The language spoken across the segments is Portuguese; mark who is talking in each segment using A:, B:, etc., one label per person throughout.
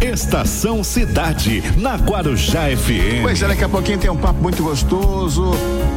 A: Estação Cidade, na Guarujá FM.
B: Pois é, daqui a pouquinho tem um papo muito gostoso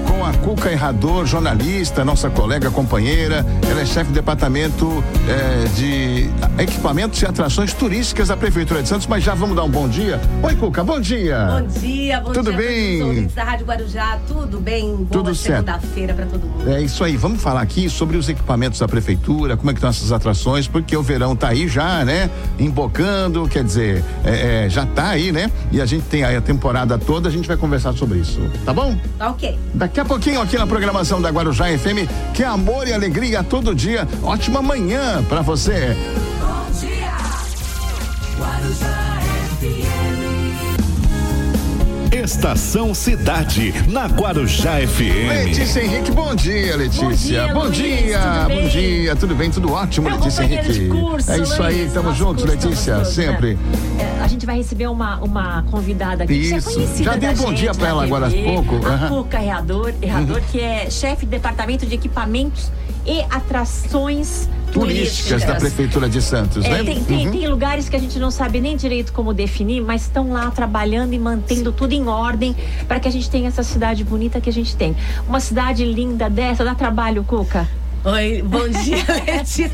B: com a Cuca Errador, jornalista, nossa colega, companheira. Ela é chefe do departamento eh, de equipamentos e atrações turísticas da Prefeitura de Santos, mas já vamos dar um bom dia. Oi, Cuca, bom dia.
C: Bom dia, bom
B: Ah. Tudo
C: dia
B: bem?
C: a todos os ouvintes da Rádio Guarujá. Tudo bem? Boa
B: Tudo certo.
C: segunda-feira para todo mundo.
B: É isso aí, vamos falar aqui sobre os equipamentos da prefeitura, como é que estão essas atrações, porque o verão tá aí já, né? Embocando, quer dizer, é, é, já tá aí, né? E a gente tem aí a temporada toda, a gente vai conversar sobre isso, tá bom?
C: Tá ok.
B: Daqui a pouquinho aqui na programação da Guarujá FM, que é amor e alegria todo dia. Ótima manhã pra você.
D: Bom dia, Guarujá FM.
A: Estação Cidade, na Guarujá FM.
B: Letícia Henrique, bom dia, Letícia.
C: Bom
B: dia, bom
C: dia, Luiz, tudo bem?
B: dia, tudo bem, tudo ótimo,
E: Meu
B: Letícia
E: companheiro de
B: Henrique.
E: curso,
B: é isso aí,
E: Luiz,
B: tamo
E: nosso
B: juntos,
E: curso, estamos
B: Letícia,
E: juntos, né?
B: sempre.
E: É, a gente vai receber uma, uma convidada aqui que já é
B: Isso.
E: conhecida
B: Já dei
E: da
B: um bom
E: gente,
B: dia pra
E: da
B: ela
E: TV,
B: agora há pouco.
E: A
B: Aham. Uhum.
E: Cuca Errador, Errador que é chefe do Departamento de Equipamentos e Atrações
B: Turísticas da Prefeitura de Santos,
E: É,
B: né?
E: tem, tem-
B: Uhum.
E: tem lugares que a gente não sabe nem direito como definir, mas estão lá trabalhando e mantendo tudo em ordem para que a gente tenha essa cidade bonita que a gente tem. Uma cidade linda dessa, dá trabalho, Cuca.
C: Oi, bom dia, Letícia.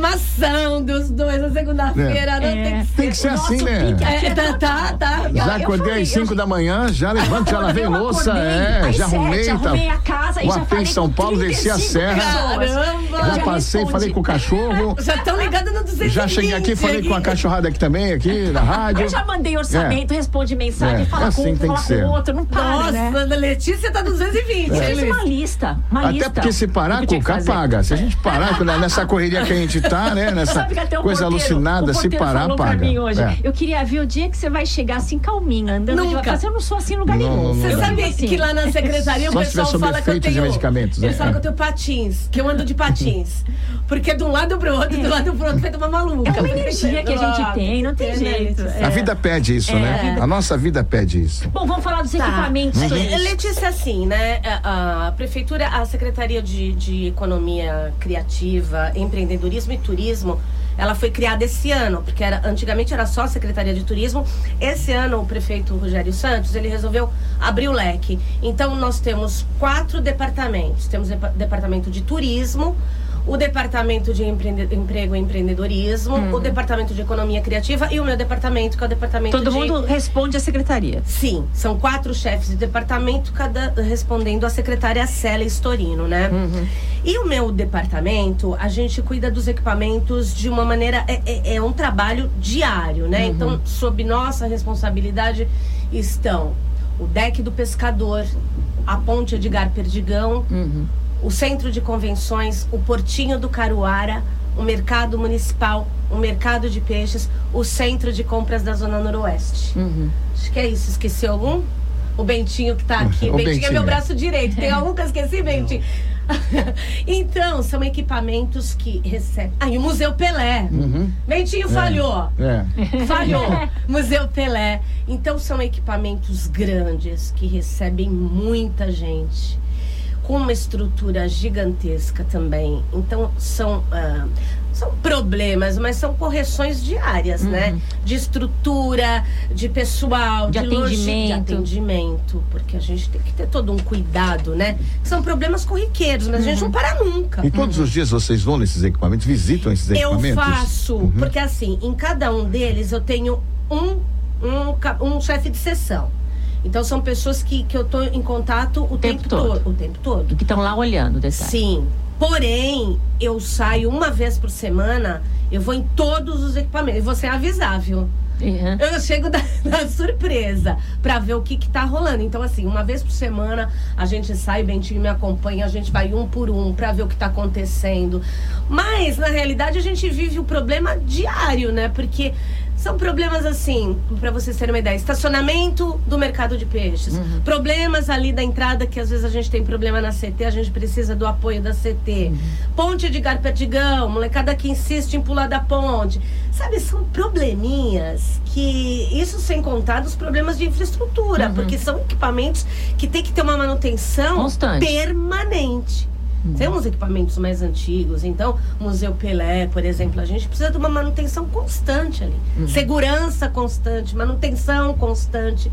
C: Animação dos dois na segunda-feira. Não
E: É.
C: tem que
B: Tem que ser
E: O nosso
B: assim, né?
E: pique
C: É, tá, tá, tá.
B: Já
E: Eu
B: acordei
E: falei,
B: às 5
E: eu-
B: da manhã, já levanto, já lavei
E: Eu
B: louça,
E: acordei
B: é,
E: às
B: já
E: sete,
B: arrumei. tá?
E: arrumei a casa e
B: O
E: já
B: AP em
E: falei com
B: São Paulo, desci a
E: 35
B: serra.
E: pessoas.
C: Caramba.
E: Eu
B: Já passei,
E: respondi.
B: falei com o cachorro.
C: Já estão ligados no 220.
B: Já cheguei aqui, falei com a cachorrada aqui também, aqui na rádio.
E: Eu já mandei orçamento, responde mensagem,
B: É,
E: fala
B: é assim
E: com um,
B: tem
E: fala
B: que
E: com
B: ser.
E: o outro, não para,
C: Nossa,
E: né?
C: Letícia tá 220.
B: É.
C: hein,
E: Fez
C: Luiz?
E: uma lista, uma
B: Até
E: lista.
B: porque se parar,
E: do que tinha que
B: Cuca,
E: fazer.
B: paga. Se a gente parar com- nessa correria que a gente tá, né? Nessa
E: Sabe que até o
B: coisa
E: porteiro-
B: alucinada,
E: o
B: se
E: porteiro
B: parar,
E: falou
B: paga.
E: Pra mim hoje,
B: É.
E: Eu queria ver o dia que você vai chegar assim calminha, andando de
C: Nunca.
E: vaca. Você, Eu não sou assim em lugar
B: Não,
E: nenhum.
B: não, não,
C: Você
E: Eu
B: não.
C: sabe
E: digo assim,
C: que lá na secretaria o
B: Só se
C: pessoal
B: tiver sob
C: fala que eu
B: efeito de
C: tenho.
B: medicamentos, né?
C: eles falam
B: É.
C: que eu tenho patins, que eu ando de patins. Porque de um lado pro outro, do lado pro outro, vai tomar maluco.
E: É uma energia que a gente tem, não tem
C: É, né,
E: jeito.
C: Letícia?
B: A vida pede isso, né?
E: É.
B: A nossa vida pede isso.
E: Bom, vamos falar dos
C: Tá.
E: equipamentos.
C: Le-
E: turísticos.
C: Letícia, assim, né? A a prefeitura, a Secretaria de, de Economia Criativa, Empreendedorismo e Turismo, ela foi criada esse ano, porque era, antigamente era só a Secretaria de Turismo. Esse ano, o prefeito Rogério Santos, ele resolveu abrir o leque. Então, nós temos quatro departamentos. Temos o depa- departamento de turismo, o departamento de empreende- emprego e empreendedorismo,
E: Uhum.
C: o departamento de economia criativa e o meu departamento, que é o departamento
E: Todo
C: de...
E: mundo responde à secretaria.
C: Sim, são quatro chefes de departamento, cada respondendo à secretária Célia Storino, né? E o meu departamento, a gente cuida dos equipamentos de uma maneira. É, é- é um trabalho diário, né? Então, sob nossa responsabilidade estão o deck do pescador, a ponte Edgar Perdigão, o centro de convenções, o portinho do Caruara, o mercado municipal, o mercado de peixes, o centro de compras da Zona Noroeste. Acho que é isso. Esqueci algum? O Bentinho que tá aqui.
B: O
C: Bentinho, é
B: Bentinho.
C: meu braço direito. Tem algum que eu esqueci, Bentinho? então, são equipamentos que recebem. Ah, e o Museu Pelé.
B: Hum.
C: Bentinho falhou.
B: É.
C: Falhou. Museu Pelé. Então, são equipamentos grandes que recebem muita gente. Com uma estrutura gigantesca também. Então, são, ah, são problemas, mas são correções diárias, né? De estrutura, de pessoal,
E: Uhum. De
C: de, logi- de
E: atendimento.
C: atendimento. Porque a gente tem que ter todo um cuidado, né? São problemas corriqueiros, mas
E: Uhum.
C: a gente não para nunca.
B: E todos os dias vocês vão nesses equipamentos, visitam esses
C: Eu
B: equipamentos?
C: faço, porque assim, em cada um deles eu tenho um, um, ca- um chefe de sessão. Então são pessoas que, que eu tô em contato o
E: tempo
C: tempo,
E: todo.
C: todo. O tempo todo.
E: Que estão lá olhando, detalhe.
C: Sim. Porém, eu saio uma vez por semana, eu vou em todos os equipamentos. E você é avisável.
E: Uhum.
C: Eu chego da, da surpresa pra ver o que que tá rolando. Então, assim, uma vez por semana a gente sai, o Bentinho me acompanha, a gente vai um por um pra ver o que tá acontecendo. Mas, na realidade, a gente vive o problema diário, né? Porque são problemas assim, pra vocês terem uma ideia, estacionamento do mercado de peixes, problemas ali da entrada, que às vezes a gente tem problema na CT, a gente precisa do apoio da CT. Ponte de Garpertigão, molecada que insiste em pular da ponte. Sabe, são probleminhas que. Isso sem contar dos problemas de infraestrutura, porque são equipamentos que tem que ter uma manutenção
E: Constante.
C: permanente. Tem uns equipamentos mais antigos, então, Museu Pelé, por exemplo, a gente precisa de uma manutenção constante ali. Segurança constante, manutenção constante.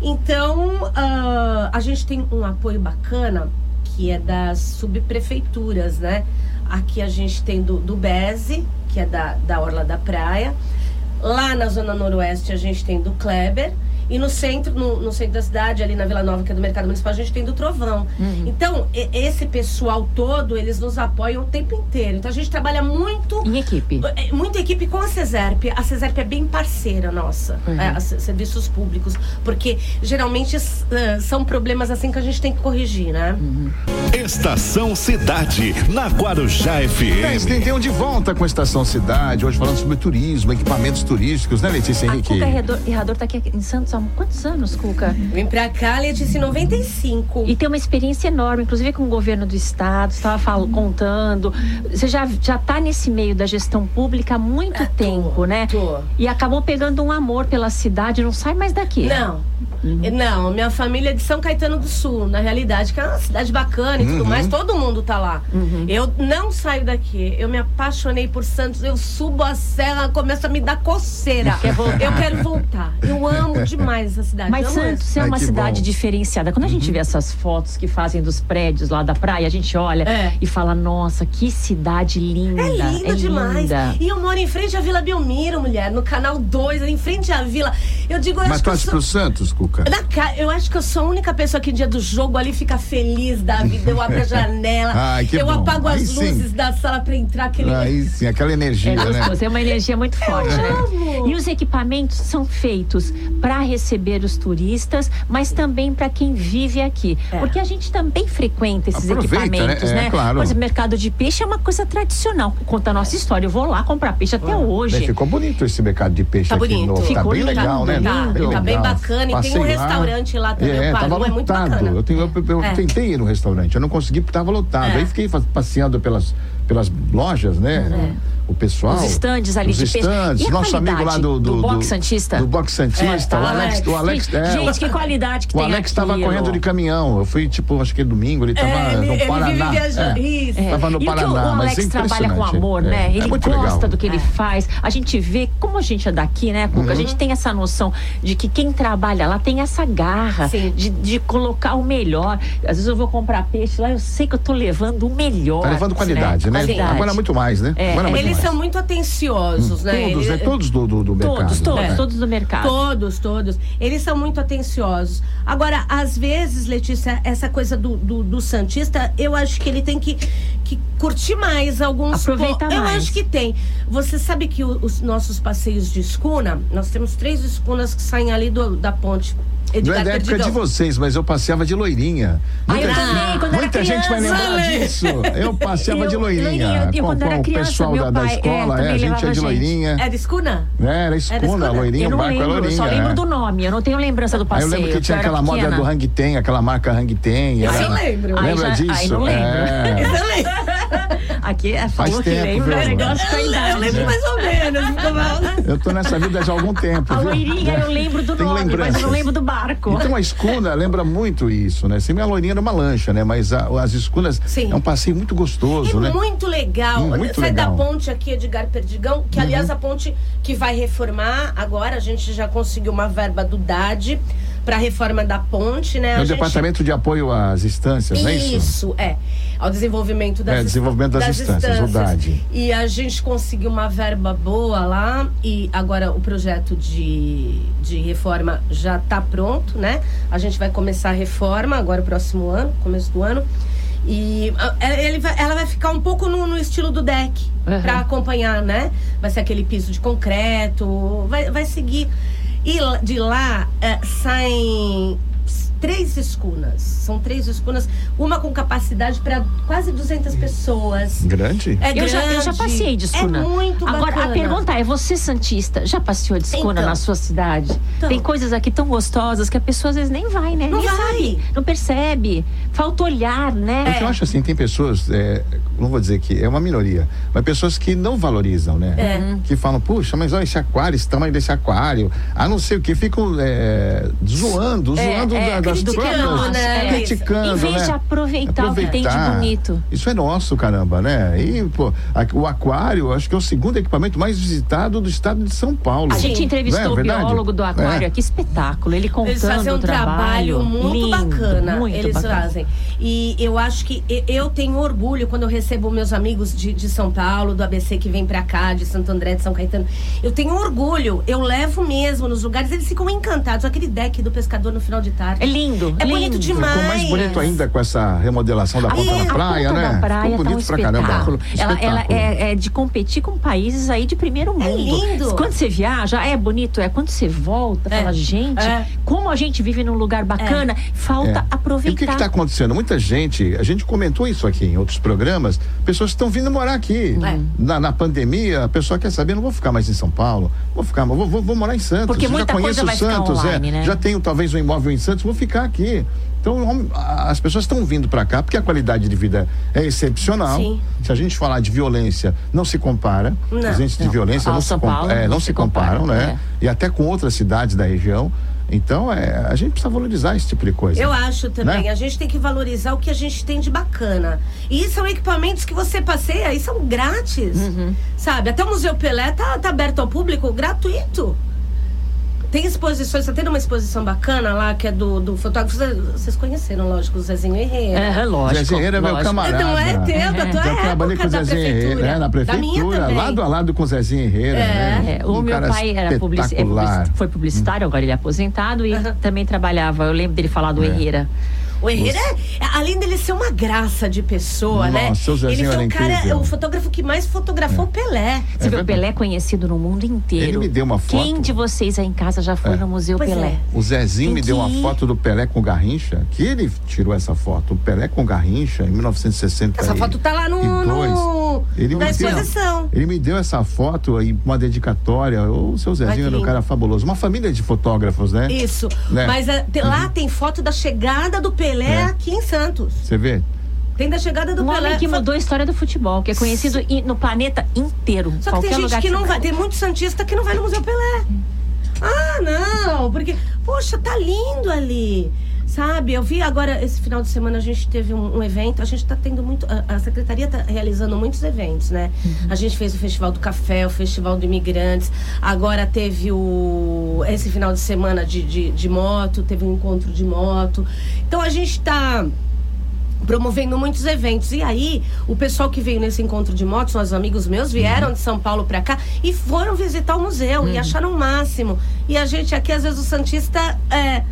C: Então, ah, a gente tem um apoio bacana que é das subprefeituras, né? Aqui a gente tem do, do BESE, que é da, da Orla da Praia. Lá na Zona Noroeste a gente tem do Kleber. E no centro, no, no centro da cidade, ali na Vila Nova, que é do Mercado Municipal, a gente tem do Trovão.
E: Uhum.
C: Então, e- esse pessoal todo, eles nos apoiam o tempo inteiro. Então, a gente trabalha muito
E: Em equipe.
C: é, Muita equipe com a CESERP. A CESERP é bem parceira nossa,
E: Uhum.
C: é, a se- serviços públicos. Porque geralmente s- ah, são problemas assim que a gente tem que corrigir, né?
E: Uhum.
A: Estação Cidade, na Guarujá
B: Aliás, tem,
A: FM.
B: tem um de volta com a Estação Cidade, hoje falando sobre turismo, equipamentos turísticos, né, Letícia
E: A
B: Henrique?
E: Cuca Herrador, Herrador tá aqui em Santos há quantos anos, Cuca?
C: Vim pra cá, Letícia, em 95.
E: E tem uma experiência enorme, inclusive com o governo do estado, estava fal- contando. Você já já tá nesse meio da gestão pública há muito tempo, né?
C: É, tô.
E: E acabou pegando um amor pela cidade, não sai mais daqui.
C: Não. Não, minha família é de São Caetano do Sul, na realidade, que é uma cidade bacana e tudo mais, todo mundo tá lá. Eu não saio daqui, eu me apaixonei por Santos, eu subo a serra, começa a me dar coceira. Eu quero voltar. Eu amo demais essa cidade.
E: Mas
C: eu amo
E: Santos é
B: Ai,
E: uma
B: que
E: cidade
B: bom. Uhum.
E: diferenciada. Quando a gente vê essas fotos que fazem dos prédios lá da praia, a gente olha
C: É.
E: e fala: nossa, que cidade linda!
C: É linda demais.
E: linda."
C: E eu moro em frente à Vila Belmiro, mulher, no canal 2, em frente à vila. Eu digo, eu
B: Mas
C: acho que
B: tu
C: eu
B: acha
C: sou...
B: pro Santos, Cuca?
C: Na ca- eu acho que eu sou a única pessoa que dia do jogo ali fica feliz da vida. Eu abro a janela,
B: Ai, que
C: eu
B: bom.
C: apago
B: Aí
C: as
B: sim.
C: luzes da sala pra entrar aquele.
B: Aí sim, aquela energia,
E: É
B: né?
E: gostoso, é uma energia muito forte, né? E os equipamentos são feitos para receber os turistas, mas também para quem vive aqui. Porque a gente também frequenta esses
B: Aproveita,
E: equipamentos,
B: né? É,
E: né?
B: claro.
E: Por exemplo, mercado de peixe é uma coisa tradicional. Conta a nossa história. Eu vou lá comprar peixe até
B: Bem,
E: hoje.
B: É. ficou bonito esse mercado de peixe
C: Tá
B: aqui
C: bonito.
B: novo. tá
E: Ficou
B: bem
E: lindo,
B: legal, né?
E: tá
C: lindo, tá bem
B: legal.
C: bacana. E tem um
B: lá.
C: restaurante lá também,
B: É,
C: o Paru,
B: tava
C: é muito
B: lotado.
C: bacana.
B: eu tenho- eu- eu
C: É.
B: tentei ir no restaurante, eu não consegui porque tava lotado.
C: É.
B: Aí fiquei fa- passeando pelas, pelas lojas, né? O pessoal.
E: Uhum. Os estandes ali
B: os
E: de peixe.
B: estandes,
E: E a
B: nosso amigo lá
E: qualidade
B: do.
E: do box santista?
B: Do box Santista,
E: É,
B: o
E: tá.
B: Alex. O Alex, é, o-
E: Gente, que qualidade que
B: o
E: tem É,
B: Alex estava
E: aquilo.
B: correndo de caminhão. Eu fui, tipo, acho que domingo, ele estava
C: ele- ele
B: no
C: vive
B: Paraná.
C: viajando,
B: É.
C: isso.
E: É.
B: Tava no
E: e o que o
B: Paraná, mas
E: Alex
B: é
E: trabalha com
B: impressionante.
E: amor,
B: É,
E: né?
B: é
E: Ele
B: muito
E: gosta
B: legal.
E: do que ele faz. A gente vê como a gente é daqui, né, Cuca? A
B: Uhum.
E: gente tem essa noção de que quem trabalha lá tem essa garra
C: Sim.
E: de, de colocar o melhor. Às vezes eu vou comprar peixe lá, eu sei que eu tô levando o melhor. assim,
B: Tá levando qualidade, né?
E: Qualidade.
B: Agora muito mais, né?
E: É,
B: Agora muito
C: Eles
B: mais.
C: são muito atenciosos, né?
B: Todos,
C: Ele-
B: né? Todos do, do, do mercado.
E: Todos, todos,
B: né?
E: todos do mercado.
C: Todos, todos. Eles são muito atenciosos. Agora, às vezes, Letícia, essa coisa do, do, do Santista, eu acho que ele tem que, que curtir mais alguns... po-
E: Aproveitar
C: Eu
E: mais.
C: acho que tem. Você sabe que o- os nossos passeios de escuna, nós temos três escunas que saem ali do- da ponte.
B: Não
C: Edgar
B: é da época
C: Perdigão.
B: de vocês, mas eu passeava de loirinha.
E: Tá Ah, eu também, quando
B: muita
E: era
B: gente vai
E: criança.
B: lembrar
C: Ale.
B: disso. Eu passeava
E: Eu-
B: de
E: loirinha,
B: loirinha.
E: eu- eu
B: com
E: quando era
B: com o
E: criança,
B: pessoal
E: meu
B: da, da
E: pai, é,
B: escola, é,
E: também
B: a gente
E: levava
B: é de
E: gente.
B: loirinha.
C: Era escuna?
B: É, Era escuna,
C: escuna?
B: loirinha,
E: Eu
B: o
E: não
B: barco é
E: lembro,
B: loirinha.
E: eu só lembro
B: é.
E: do nome, eu não tenho lembrança
B: Aí
E: do
B: eu
E: passeio.
B: lembro que
E: eu
B: tinha
E: era
B: aquela moda
E: pequena.
B: do Hang Ten, aquela marca Hang Ten.
C: Isso
B: era-
C: eu lembro.
E: Aí
B: Lembra
E: já-
B: disso?
E: aí não lembro.
B: É.
E: Aqui é, falou que
B: tempo,
E: lembra,
B: viu?
E: o negócio
C: Eu,
E: tem
B: é.
E: idade.
C: eu lembro mais ou menos. ficou mal.
B: Eu tô nessa vida já há algum tempo.
E: A
B: viu?
E: loirinha eu lembro do
B: Tem
E: nome, mas eu
B: lembranças.
E: não lembro do barco.
B: Então a escuna lembra muito isso, né? Sempre a loirinha era uma lancha, né? Mas a- as escunas
C: Sim.
B: é um passeio muito gostoso,
C: É
B: né?
C: muito legal.
B: Hum, muito
C: Sai
B: legal. Uhum.
C: da ponte aqui, Edgar Perdigão, que aliás a ponte que vai reformar agora, a gente já conseguiu uma verba do DAD para reforma da ponte, né?
B: É
C: a
B: o
C: gente...
B: departamento de apoio às instâncias, não é isso?
C: Isso, é. Ao desenvolvimento das,
B: É, desenvolvimento das instâncias, verdade.
C: E a gente conseguiu uma verba boa lá e agora o projeto de, de reforma já está pronto, né? A gente vai começar a reforma agora, próximo ano, começo do ano. E ah, ele vai- ela vai ficar um pouco no, no estilo do deck,
E: Uhum.
C: para acompanhar, né? Vai ser aquele piso de concreto, vai, vai seguir. E lá- de lá eh, saem s- três escunas. São três escunas, uma com capacidade para quase 200 pessoas.
B: Grande?
C: É
E: Eu já, eu já
C: grande,
E: passei de escuna.
C: É muito
E: Agora,
C: bacana.
E: a pergunta é: você, Santista, já passeou de escuna
C: Então.
E: na sua cidade?
C: Então.
E: Tem coisas aqui tão gostosas que a pessoa às vezes nem vai, né?
C: Não
E: nem
C: vai.
E: sabe, não percebe. Falta olhar,
B: O que
E: né?
B: eu acho assim, tem pessoas, é, não vou dizer que é uma minoria, mas pessoas que não valorizam, né? Que falam, puxa, mas olha esse aquário, esse tamanho desse aquário, ah, não sei o que, ficam é, zoando, zoando da- das
C: criticando,
B: plantas,
C: né? É.
B: criticando,
E: Em vez
B: né?
E: de aproveitar, o Então, que tem de
B: Aproveitar.
E: bonito.
B: Isso é nosso, caramba, né? E, pô, a- o aquário, acho que é o segundo equipamento mais visitado do estado de São Paulo.
E: A gente entrevistou
B: Não é
E: o
B: verdade?
E: biólogo do aquário
B: É.
E: aqui, espetáculo. Ele contando
C: Eles fazem um
E: o trabalho,
C: trabalho, muito
E: lindo,
C: bacana.
E: muito
C: eles
E: bacana.
C: fazem. E eu acho que e- eu tenho orgulho quando eu recebo meus amigos de, de São Paulo, do ABC que vem pra cá, de Santo André, de São Caetano. Eu tenho orgulho. Eu levo mesmo nos lugares, eles ficam encantados. Aquele deck do pescador no final de tarde.
E: É lindo,
C: É bonito
E: lindo.
C: demais.
B: Ficou mais bonito ainda com essa remodelação da
E: A
B: ponta
E: ponta-
B: da
E: a
B: praia,
E: ponta
B: né?
E: da praia
B: Ficou
E: tá um
B: bonito pra caramba.
E: espetáculo. Ela, ela
B: Espetáculo.
E: é, é de competir com países aí de primeiro mundo.
C: É lindo.
E: Quando você viaja, é bonito. É quando você volta,
C: É.
E: fala, gente,
C: É.
E: como a gente vive num lugar bacana,
B: É.
E: falta
B: E o que
E: aproveitar.
B: está acontecendo? Muita gente, a gente comentou isso aqui em outros programas, pessoas estão vindo morar aqui.
C: É.
B: Na, na pandemia, a pessoa quer saber, não vou ficar mais em São Paulo, vou ficar, vou, vou, vou morar em Santos.
E: Porque
B: Eu já
E: muita
B: conheço
E: coisa vai ficar
B: Santos,
E: online,
B: é.
E: né?
B: Já tenho talvez um imóvel em Santos, vou ficar aqui. Então, hom- a- as pessoas estão vindo para cá porque a qualidade de vida é excepcional.
C: Sim.
B: Se a gente falar de violência, não se compara.
C: Não.
B: Os índices de
E: Não.
B: violência
E: Ao
B: não se,
E: São
B: com-
E: Paulo,
B: é,
E: não
B: não
E: se é.
B: se comparam,
E: comparam,
B: né? E até com outras cidades da região. Então, é, a gente precisa valorizar esse tipo de coisa.
C: Eu acho também.
B: Né?
C: A gente tem que valorizar o que a gente tem de bacana. E são equipamentos que você passeia e são grátis.
B: Uhum.
C: Sabe? Até o Museu Pelé tá, tá aberto ao público gratuito. Tem exposições, tá tendo uma exposição bacana lá que é do, do fotógrafo. Vocês- Vocês conheceram, lógico, o Zezinho Herrera.
E: É, lógico.
B: Zezinho Herrera é meu
E: lógico.
B: camarada.
C: Então é teu, da tua
B: Já trabalhei
C: época
B: com o
C: da
B: Zezinho Herreira,
C: prefeitura.
B: né? na
C: Da minha
B: prefeitura,
C: também.
B: lado a lado com o Zezinho Herreira. né?
E: É, o
B: Um
E: meu
B: cara
E: pai era publici- é
B: espetacular.
E: publici- foi publicitário, agora ele é aposentado e
C: Aham.
E: também trabalhava. Eu lembro dele falar do
B: É.
E: Herrera.
C: O Herrera, é- além dele ser uma graça de pessoa, né?
B: Nossa, o Zezinho
C: Ele foi
B: era
C: o cara,
B: incrível.
C: o fotógrafo que mais fotografou o Pelé.
E: Você vê, o
B: verdade.
E: Pelé é conhecido no mundo inteiro.
B: Ele me deu uma
E: Quem
B: foto.
E: de vocês aí em casa já foi
B: É.
E: no Museu
C: Pois
E: Pelé?
C: é.
B: O Zezinho
E: Tem
B: me deu
E: que
B: uma
E: ir.
B: foto do Pelé com o Garrincha, que ele tirou essa foto, o Pelé com o Garrincha, em 1960.
C: Essa
B: e-
C: foto tá lá no,
B: e É. dois.
C: no-
B: Ele
C: na
B: me deu.
C: exposição.
B: Ele me deu essa foto e uma dedicatória. O seu
C: que
B: Zezinho era um
C: lindo.
B: cara fabuloso. Uma família de fotógrafos, né?
C: Isso.
B: Né?
C: Mas eh, te- lá tem foto da chegada do Pelé
B: É.
C: aqui em Santos.
B: Você vê?
C: Tem da chegada do
E: Um
C: Pelé.
E: homem que
C: Fa-
E: mudou a história do futebol, que é conhecido i- no planeta inteiro.
C: Só que
E: qualquer
C: tem gente
E: lugar
C: que, não
E: você
C: vai. Tem muito Santista que não vai no Museu Pelé. Ah, não! Porque, poxa, tá lindo ali. Sabe, eu vi agora, esse final de semana a gente teve um, um evento, a gente tá tendo muito. A, a secretaria tá realizando muitos eventos, né?
E: Uhum.
C: A gente fez o Festival do Café, o Festival do Imigrantes, agora teve o. esse final de semana de, de, de moto, teve um encontro de moto. Então a gente tá promovendo muitos eventos. E aí, o pessoal que veio nesse encontro de motos, os amigos meus, vieram de São Paulo pra cá e foram visitar o museu e acharam o máximo. E a gente aqui, às vezes, o Santista é,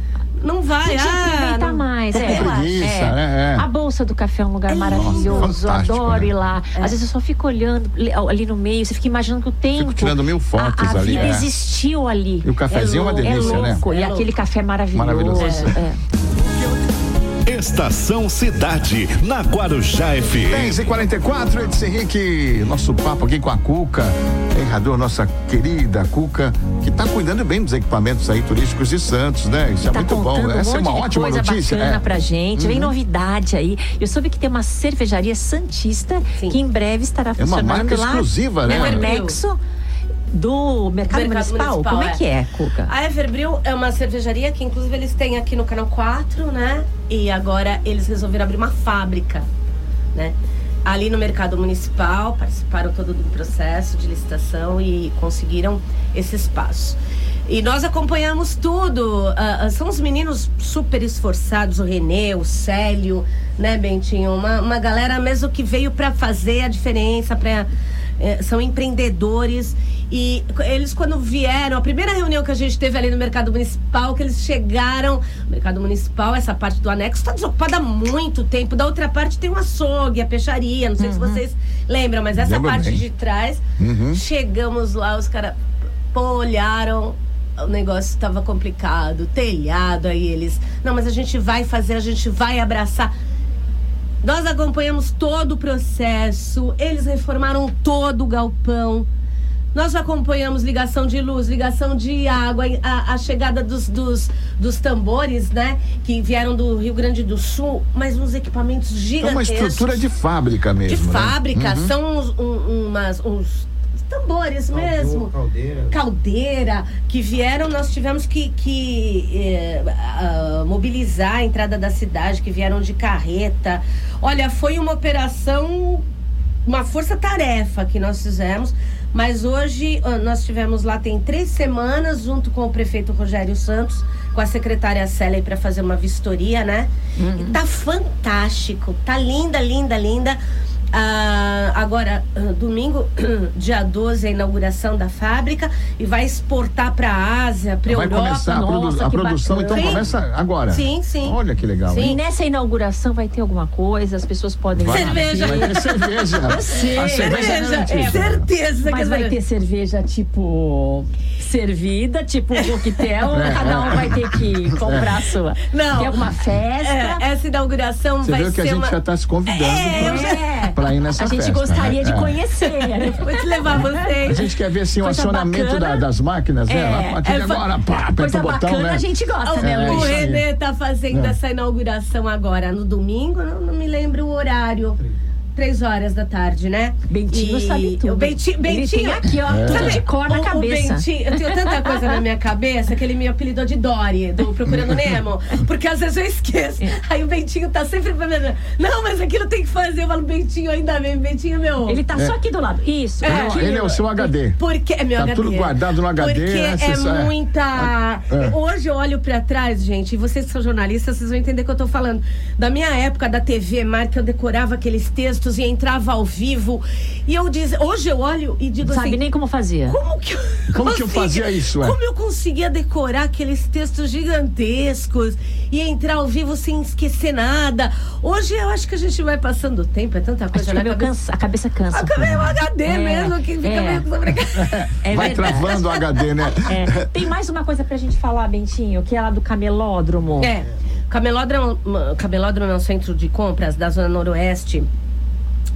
C: não vai.
E: Tem que
C: ah,
E: aproveitar
C: não-
E: mais.
B: Com
E: é.
B: preguiça,
E: É.
B: né? É.
E: A Bolsa do Café é um lugar
C: É
E: maravilhoso.
B: lindo.
E: Adoro
B: Fantástico, né?
E: ir lá. Às vezes eu só fico olhando li- ali no meio, você fica imaginando que o tempo.
B: tirando mil fotos
E: a, a
B: ali,
E: vida
B: é.
E: existiu ali.
B: E o cafezinho é uma
E: É
B: delícia, né?
E: louco.
C: né?
E: E
C: É louco.
E: aquele café maravilhoso.
B: Maravilhoso.
E: É.
A: Estação Cidade, na Guarujá FM.
B: 10 e 44 Edson Henrique, nosso papo aqui com a Cuca, errador, nossa querida Cuca, que está cuidando bem dos equipamentos aí turísticos de Santos, né? Isso é
E: tá
B: muito
E: contando
B: bom.
E: um
B: Essa
E: monte
B: é uma
E: de
B: ótima
E: coisa
B: notícia.
E: bacana
B: é.
E: pra gente. Vem novidade aí. Eu soube que tem uma cervejaria Santista
C: Sim.
E: que em breve estará
B: É uma
E: funcionando
B: marca
E: lá
B: exclusiva, né?
E: no
C: Evergreen.
E: anexo do Mercado,
C: Mercado
E: municipal.
C: Municipal,
E: Como é.
C: é.
E: que é, Cuca?
B: Ah,
C: A Everbril é uma cervejaria que, inclusive, eles têm aqui no Canal 4, né? E agora eles resolveram abrir uma fábrica, né? Ali no mercado municipal, participaram todo do processo de licitação e conseguiram esse espaço. E nós acompanhamos tudo. ah, ah, são os meninos super esforçados, o Renê, o Célio, né, Bentinho? Uma, uma galera mesmo que veio para fazer a diferença, para é, são empreendedores e co- eles quando vieram, a primeira reunião que a gente teve ali no mercado municipal, que eles chegaram, o mercado municipal, essa parte do anexo está desocupada há muito tempo, da outra parte tem um açougue, a peixaria, não sei se vocês lembram, mas essa
B: Uhum. Lembro
C: parte
B: bem.
C: de trás,
B: Uhum.
C: chegamos lá, os caras olharam, o negócio estava complicado, telhado, aí eles, não, mas a gente vai fazer, a gente vai abraçar. Nós acompanhamos todo o processo, eles reformaram todo o galpão. Nós acompanhamos ligação de luz, ligação de água, a, a chegada dos, dos, dos tambores, né? Que vieram do Rio Grande do Sul, mas uns equipamentos
B: É uma
C: gigantescos.
B: estrutura de fábrica
C: de
B: mesmo. né?
C: fábrica, são uns, um- umas, uns tambores mesmo.
F: Caldeira.
C: Caldeira, que vieram, nós tivemos que, que, eh, ah, mobilizar a entrada da cidade, que vieram de carreta. Olha, foi uma operação, uma força-tarefa que nós fizemos. Mas hoje ah, nós tivemos lá tem três semanas, junto com o prefeito Rogério Santos, com a secretária Célia para fazer uma vistoria, né?
B: Uhum.
C: E tá fantástico, tá linda, linda, linda. Ah, agora, ah, domingo, dia 12, é a inauguração da fábrica e vai exportar para a Ásia, para
B: Vai
C: Europa.
B: começar a, produ-
E: nossa,
B: a
E: que
B: produção,
E: bacana.
B: então
C: Sim.
B: começa agora.
C: Sim, sim.
B: Olha que legal.
C: Sim.
E: E
B: hein?
E: nessa inauguração vai ter alguma coisa, as pessoas podem.
B: Vai.
C: Cerveja.
B: Vai ter cerveja.
G: sei.
B: A cerveja é
C: Certeza,
B: garantida.
C: certeza que
G: Mas
B: é
G: vai ter cerveja tipo servida, tipo um coquetel,
B: É,
G: cada um
B: é.
G: vai ter que comprar a sua.
C: Não.
G: Tem alguma festa?
C: É, essa inauguração
B: Você
C: vai
B: viu que
C: ser
B: a gente
C: uma.
B: já está se convidando
C: É,
B: pra-
G: É.
B: pra ir nessa
G: A gente
B: festa,
G: gostaria
B: né?
G: de
B: É.
G: conhecer. né?
C: Vou te levar
B: A
C: vocês.
B: gente quer ver assim, o
G: Coisa
B: acionamento
G: bacana.
B: da- das máquinas,
G: É,
B: né? Lá, Aquele
C: é fa-
B: agora, pá, aperta
G: Coisa
B: o botão,
G: bacana
B: né?
G: a gente gosta,
C: O-
G: né,
B: É,
G: Lu?
C: o
B: isso aí.
C: Renê tá fazendo
B: É.
C: essa inauguração agora no domingo, não, não me lembro o horário. Três horas da tarde, né?
G: Bentinho sabe tudo.
C: O Bentinho,
G: Ele
C: Bentinho
G: tem aqui, ó, tudo de cor na
C: o- o
G: cabeça.
C: Bentinho, eu tenho tanta coisa na minha cabeça que ele me apelidou de Dory, do Procurando Nemo. Porque às vezes eu esqueço.
G: É.
C: Aí o Bentinho tá sempre pra mim, Não, mas aquilo tem que fazer. Eu falo, Bentinho, ainda bem, Bentinho é meu.
G: Ele tá
B: É.
G: só aqui do lado. Isso.
C: É.
G: aqui.
B: Ele é o seu HD.
C: Porque é meu
B: Tá
C: HD.
B: tudo guardado no HD,
C: Porque
B: né? Cê
C: é
B: sabe.
C: muita.
B: É.
C: Hoje eu olho pra trás, gente, e vocês que são jornalistas, vocês vão entender o que eu tô falando. Da minha época da TV, Mar, que eu decorava aqueles textos e entrava ao vivo. E eu diz, hoje eu olho e digo
G: Não sabe
C: assim.
G: nem como fazia.
C: Como que eu,
B: Como que eu fazia isso, é?
C: Como eu conseguia decorar aqueles textos gigantescos e entrar ao vivo sem esquecer nada? Hoje eu acho que a gente vai passando o tempo, é tanta
G: Acho
C: coisa
G: que
C: na
G: meu
C: cabeça.
G: cansa, a cabeça
E: um
G: cansa.
C: Fica meio HD
G: É,
C: mesmo, que fica
G: é.
C: meio sobrecarregado.
G: É
B: Vai
G: verdade.
B: travando o HD, né?
G: É.
E: Tem mais uma coisa pra gente falar, Bentinho, que é lá do camelódromo.
C: É. Camelódromo, Camelódromo é um centro de compras da Zona Noroeste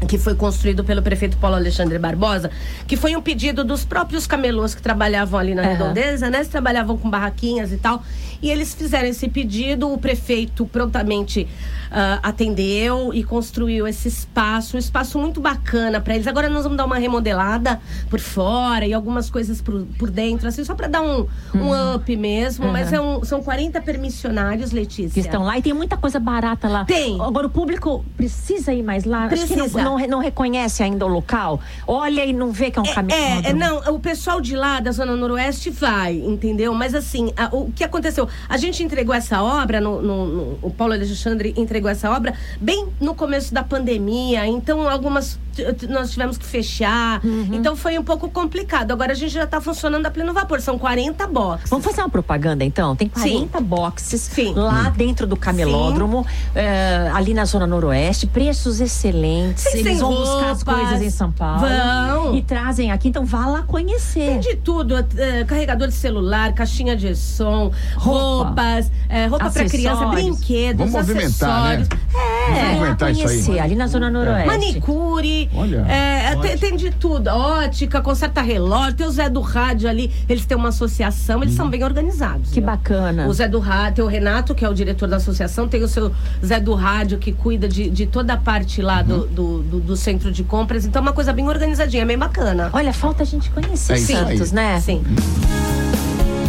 C: que foi construído pelo prefeito Paulo Alexandre Barbosa, que foi um pedido dos próprios camelôs que trabalhavam ali na
G: Aham.
C: redondeza, né? Eles trabalhavam com barraquinhas e tal. E eles fizeram esse pedido, o prefeito prontamente ah, atendeu e construiu esse espaço, um espaço muito bacana para eles. Agora nós vamos dar uma remodelada por fora e algumas coisas por, por dentro, assim, só para dar um,
E: Uhum.
C: um up mesmo. Mas é um- são 40 permissionários, Letícia.
E: Que estão lá e tem muita coisa barata lá.
C: Tem.
E: Agora o público precisa ir mais lá. Acho que não-
C: Precisa.
E: não, não reconhece ainda o local. Olha e não vê que é um camelódromo.
C: É, é, não, o pessoal de lá da Zona Noroeste vai, entendeu? Mas assim, a- o que aconteceu? A gente entregou essa obra, no, no- no- o Paulo Alexandre entregou essa obra bem no começo da pandemia, então algumas t- t- nós tivemos que fechar, então foi um pouco complicado. Agora a gente já tá funcionando a pleno vapor, são 40 boxes.
E: Vamos fazer uma propaganda então? Tem
C: Sim.
E: 40 boxes
C: Sim.
E: lá
B: Hum.
E: dentro do camelódromo, eh, ali na Zona Noroeste, preços excelentes.
C: Vocês
E: Eles
C: têm
E: vão buscar as
C: roupas,
E: coisas em São Paulo
C: vão.
E: e trazem aqui, então vá lá
C: Tem
E: conhecer.
C: de tudo, eh, carregador de celular, caixinha de som, roupas, eh, roupa para criança,
E: Acessórios.
C: brinquedos,
B: É, Vamos movimentar, né?
C: acessórios. É,
E: Vai lá
B: aguentar isso aí. É.
E: conhecer, ali na Zona Noroeste.
C: Manicure,
B: Olha.
C: é, tem, tem de tudo. Ótica, conserta relógio, tem o Zé do Rádio ali, eles têm uma associação, eles são bem organizados.
E: Que
C: né?
E: bacana.
C: O Zé do Rádio, tem o Renato, que é o diretor da associação, tem o seu Zé do Rádio, que cuida de, de toda a parte lá do, do, do- do centro de compras. Então é uma coisa bem organizadinha, bem bacana.
E: Olha, falta a gente conhecer
B: É isso
E: Santos,
B: aí.
E: né?
C: Sim.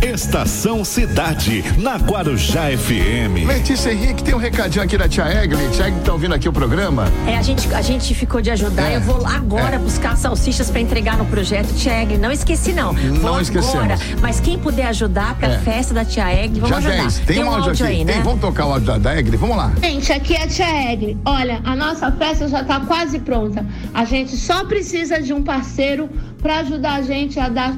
A: Estação Cidade, na Guarujá FM.
B: Letícia Henrique, tem um recadinho aqui da tia Egli. Tia Egli tá ouvindo aqui o programa.
G: É, a gente, a gente ficou de ajudar.
B: É.
G: Eu vou lá agora
B: É.
G: buscar salsichas para entregar no projeto Tia Egli. Não esqueci, não.
B: Não
G: vou
B: esquecemos.
G: agora. Mas quem puder ajudar para a
B: É.
G: festa da Tia Egli, vamos
B: Já
G: ajudar.
B: 10. Tem, um áudio aqui.
G: aí,
B: Tem-
G: né?
B: vamos tocar o áudio da, da Egli? Vamos lá.
H: Gente, aqui é a Tia Egli. Olha, a nossa festa já tá quase pronta. A gente só precisa de um parceiro para ajudar a gente a dar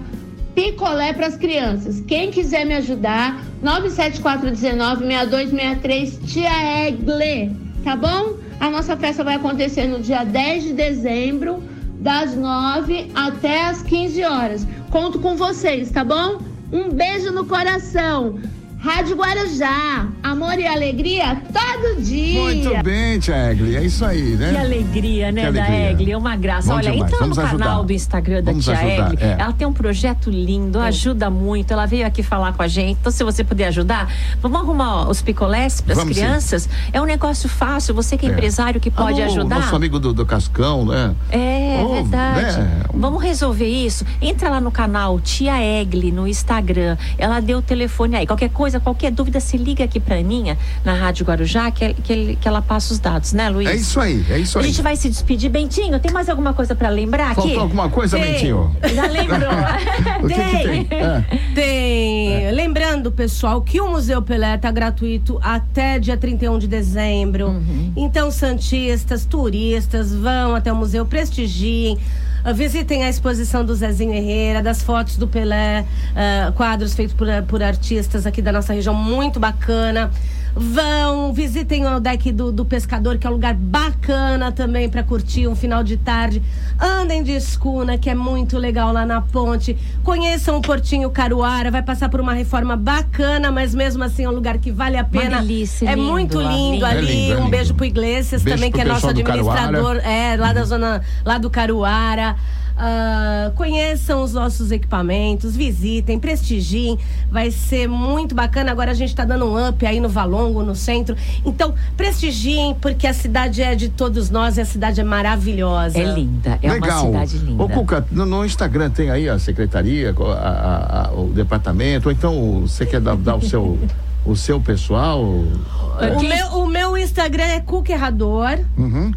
H: picolé para as crianças. Quem quiser me ajudar, 974196263 Tia Egli, tá bom? A nossa festa vai acontecer no dia 10 de dezembro, das 9 até as 15 horas. Conto com vocês, tá bom? Um beijo no coração. Rádio Guarujá, a amor e alegria todo dia.
B: Muito bem, Tia Egli. É isso aí, né?
E: Que alegria, né,
B: Que
E: da
B: alegria.
E: Egli? É uma graça.
B: Bom
E: Olha,
B: demais.
E: entra
B: Vamos
E: no canal
B: ajudar.
E: do Instagram da
B: Vamos
E: Tia
B: ajudar,
E: Egli.
B: é.
E: Ela tem um projeto lindo, ajuda muito. Ela veio aqui falar com a gente. Então, se você puder ajudar, vamos arrumar ó, os picolés para as
B: Vamos sim.
E: crianças. É um negócio fácil. Você que é,
B: É.
E: empresário que pode
B: Ah, o
E: ajudar.
B: Nosso amigo do, do Cascão, né?
E: É,
B: Oh,
E: verdade.
B: né?
E: Vamos resolver isso? Entra lá no canal Tia Egli, no Instagram. Ela deu o telefone aí. Qualquer coisa, qualquer dúvida, se liga aqui pra Aninha, na Rádio Guarujá, que, é, que, ele- que ela passa os dados, né, Luiz?
B: É isso aí, é isso
E: A
B: aí.
E: gente vai se despedir. Bentinho, tem mais alguma coisa pra lembrar aqui?
B: Faltou alguma coisa,
C: Tem.
B: Mentinho?
E: Já lembrou?
B: O que, que tem? É.
C: Tem. Lembrando, pessoal, que o Museu Pelé tá gratuito até dia 31 de dezembro. Então, santistas, turistas, vão até o museu, prestigiem. ah, Visitem a exposição do Zezinho Herrera, das fotos do Pelé, ah, quadros feitos por, por artistas aqui da nossa região, muito bacana. Vão, visitem o deck do, do pescador, que é um lugar bacana também para curtir um final de tarde. Andem de escuna, que é muito legal lá na ponte. Conheçam o Portinho Caruara, vai passar por uma reforma bacana, mas mesmo assim é um lugar que vale a pena.
E: delícia,
C: é
E: lindo
C: muito
E: lá, lindo.
C: lindo
B: É
C: ali.
B: lindo, é
C: Um
B: lindo.
C: beijo pro Iglesias
B: Beijo
C: também,
B: pro
C: que é nosso
B: pessoal do
C: administrador, é, lá da zona, lá do Caruara. Ah, conheçam os nossos equipamentos, visitem, prestigiem, vai ser muito bacana. Agora a gente tá dando um up aí no Valongo, no centro. Então, prestigiem, porque a cidade é de todos nós e a cidade é maravilhosa.
E: É linda, é
B: Legal.
E: uma cidade linda.
B: Ô, Cuca, no, no Instagram tem aí a secretaria, a- a- a- o departamento, ou então você quer dar, dar o seu. O seu pessoal.
C: O meu, o meu Instagram é Cuquerrador,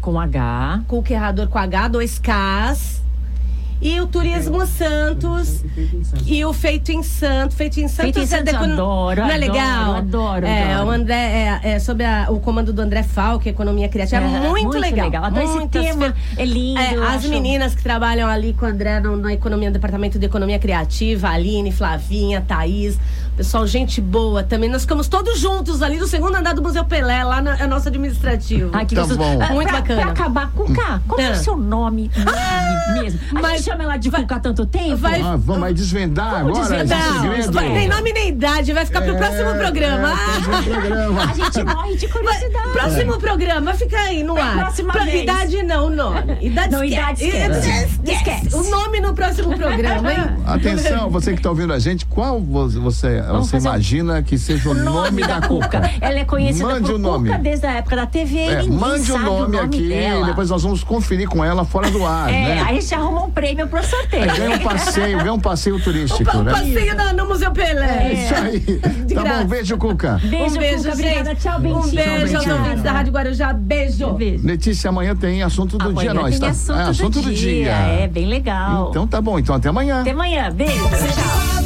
E: Com H.
C: Cuquerrador com H, 2Ks. E o Turismo Santos e o Feito em Santo. Feito em Santos,
E: Feito em Santos,
C: deco-
E: eu adoro,
C: Não é
E: adoro,
C: legal?
E: adoro,
C: é,
E: adoro.
C: O André, é, é sobre a- o comando do André Falque, Economia Criativa. É, muito, legal.
E: Adoro esse
C: muitas
E: tema.
C: fe-
E: É lindo.
C: É,
E: eu
C: as
E: acho.
C: meninas que trabalham ali com o André no, no economia, no departamento de economia criativa, Aline, Flavinha, Thaís, pessoal, gente boa também. Nós ficamos todos juntos ali no segundo andar do Museu Pelé, lá na, é nosso administrativo.
E: Ai, que
B: Tá
E: gostoso.
B: bom. Hum.
E: Ah,
C: Muito
E: pra,
C: bacana.
E: Pra acabar com K, qual é
C: Ah.
E: o seu nome, nome mesmo? A
C: mas-
E: gente chama ela de Cuca há tanto tempo?
C: Vai-
B: Ah, vamos aí desvendar
E: Vamos
B: agora
E: desvendar.
B: esse segredo.
C: Não, nem nome nem idade, vai ficar pro
B: É,
C: próximo programa. Ah!
B: próximo programa.
E: A gente morre de
C: Vai-
E: curiosidade.
C: Próximo programa, fica aí no
E: Pra
C: ar.
E: próxima vez.
C: Idade não, nome. Idade
E: Não, idade esquece. Esquece.
C: O nome no próximo programa, hein?
B: Atenção, você que está ouvindo a gente, qual vo- você, você
E: fazer um-
B: imagina que seja o nome da Cuca?
E: Ela é conhecida
B: Mande
E: por
B: o nome.
E: Cuca desde a época da TV.
B: É,
E: ninguém
B: mande o
E: sabe
B: nome, aqui,
E: dela.
B: depois nós vamos conferir com ela fora do ar,
E: É,
B: né?
E: aí a gente arruma um prêmio pro sorteio.
B: Aí Ganha um passeio, ganha um passeio
C: O
B: turístico,
C: pa- o
B: né?
C: passeio no, no Museu Pelé.
B: É isso aí. Tá
C: graça.
B: bom, beijo, Cuca.
E: Beijo,
C: um beijo,
E: Cuca. Obrigada.
C: gente.
E: Tchau, Bentinho.
C: um beijo aos
B: Bentinho.
C: ouvintes da Rádio Guarujá. Beijo.
E: Beijo.
B: Letícia, amanhã tem assunto do
E: Amanhã
B: dia, nós,
E: tem
B: tá?
E: assunto,
B: é, assunto do, dia.
E: É, bem legal.
B: Então tá bom, então até amanhã.
E: Até amanhã. Beijo. Tchau.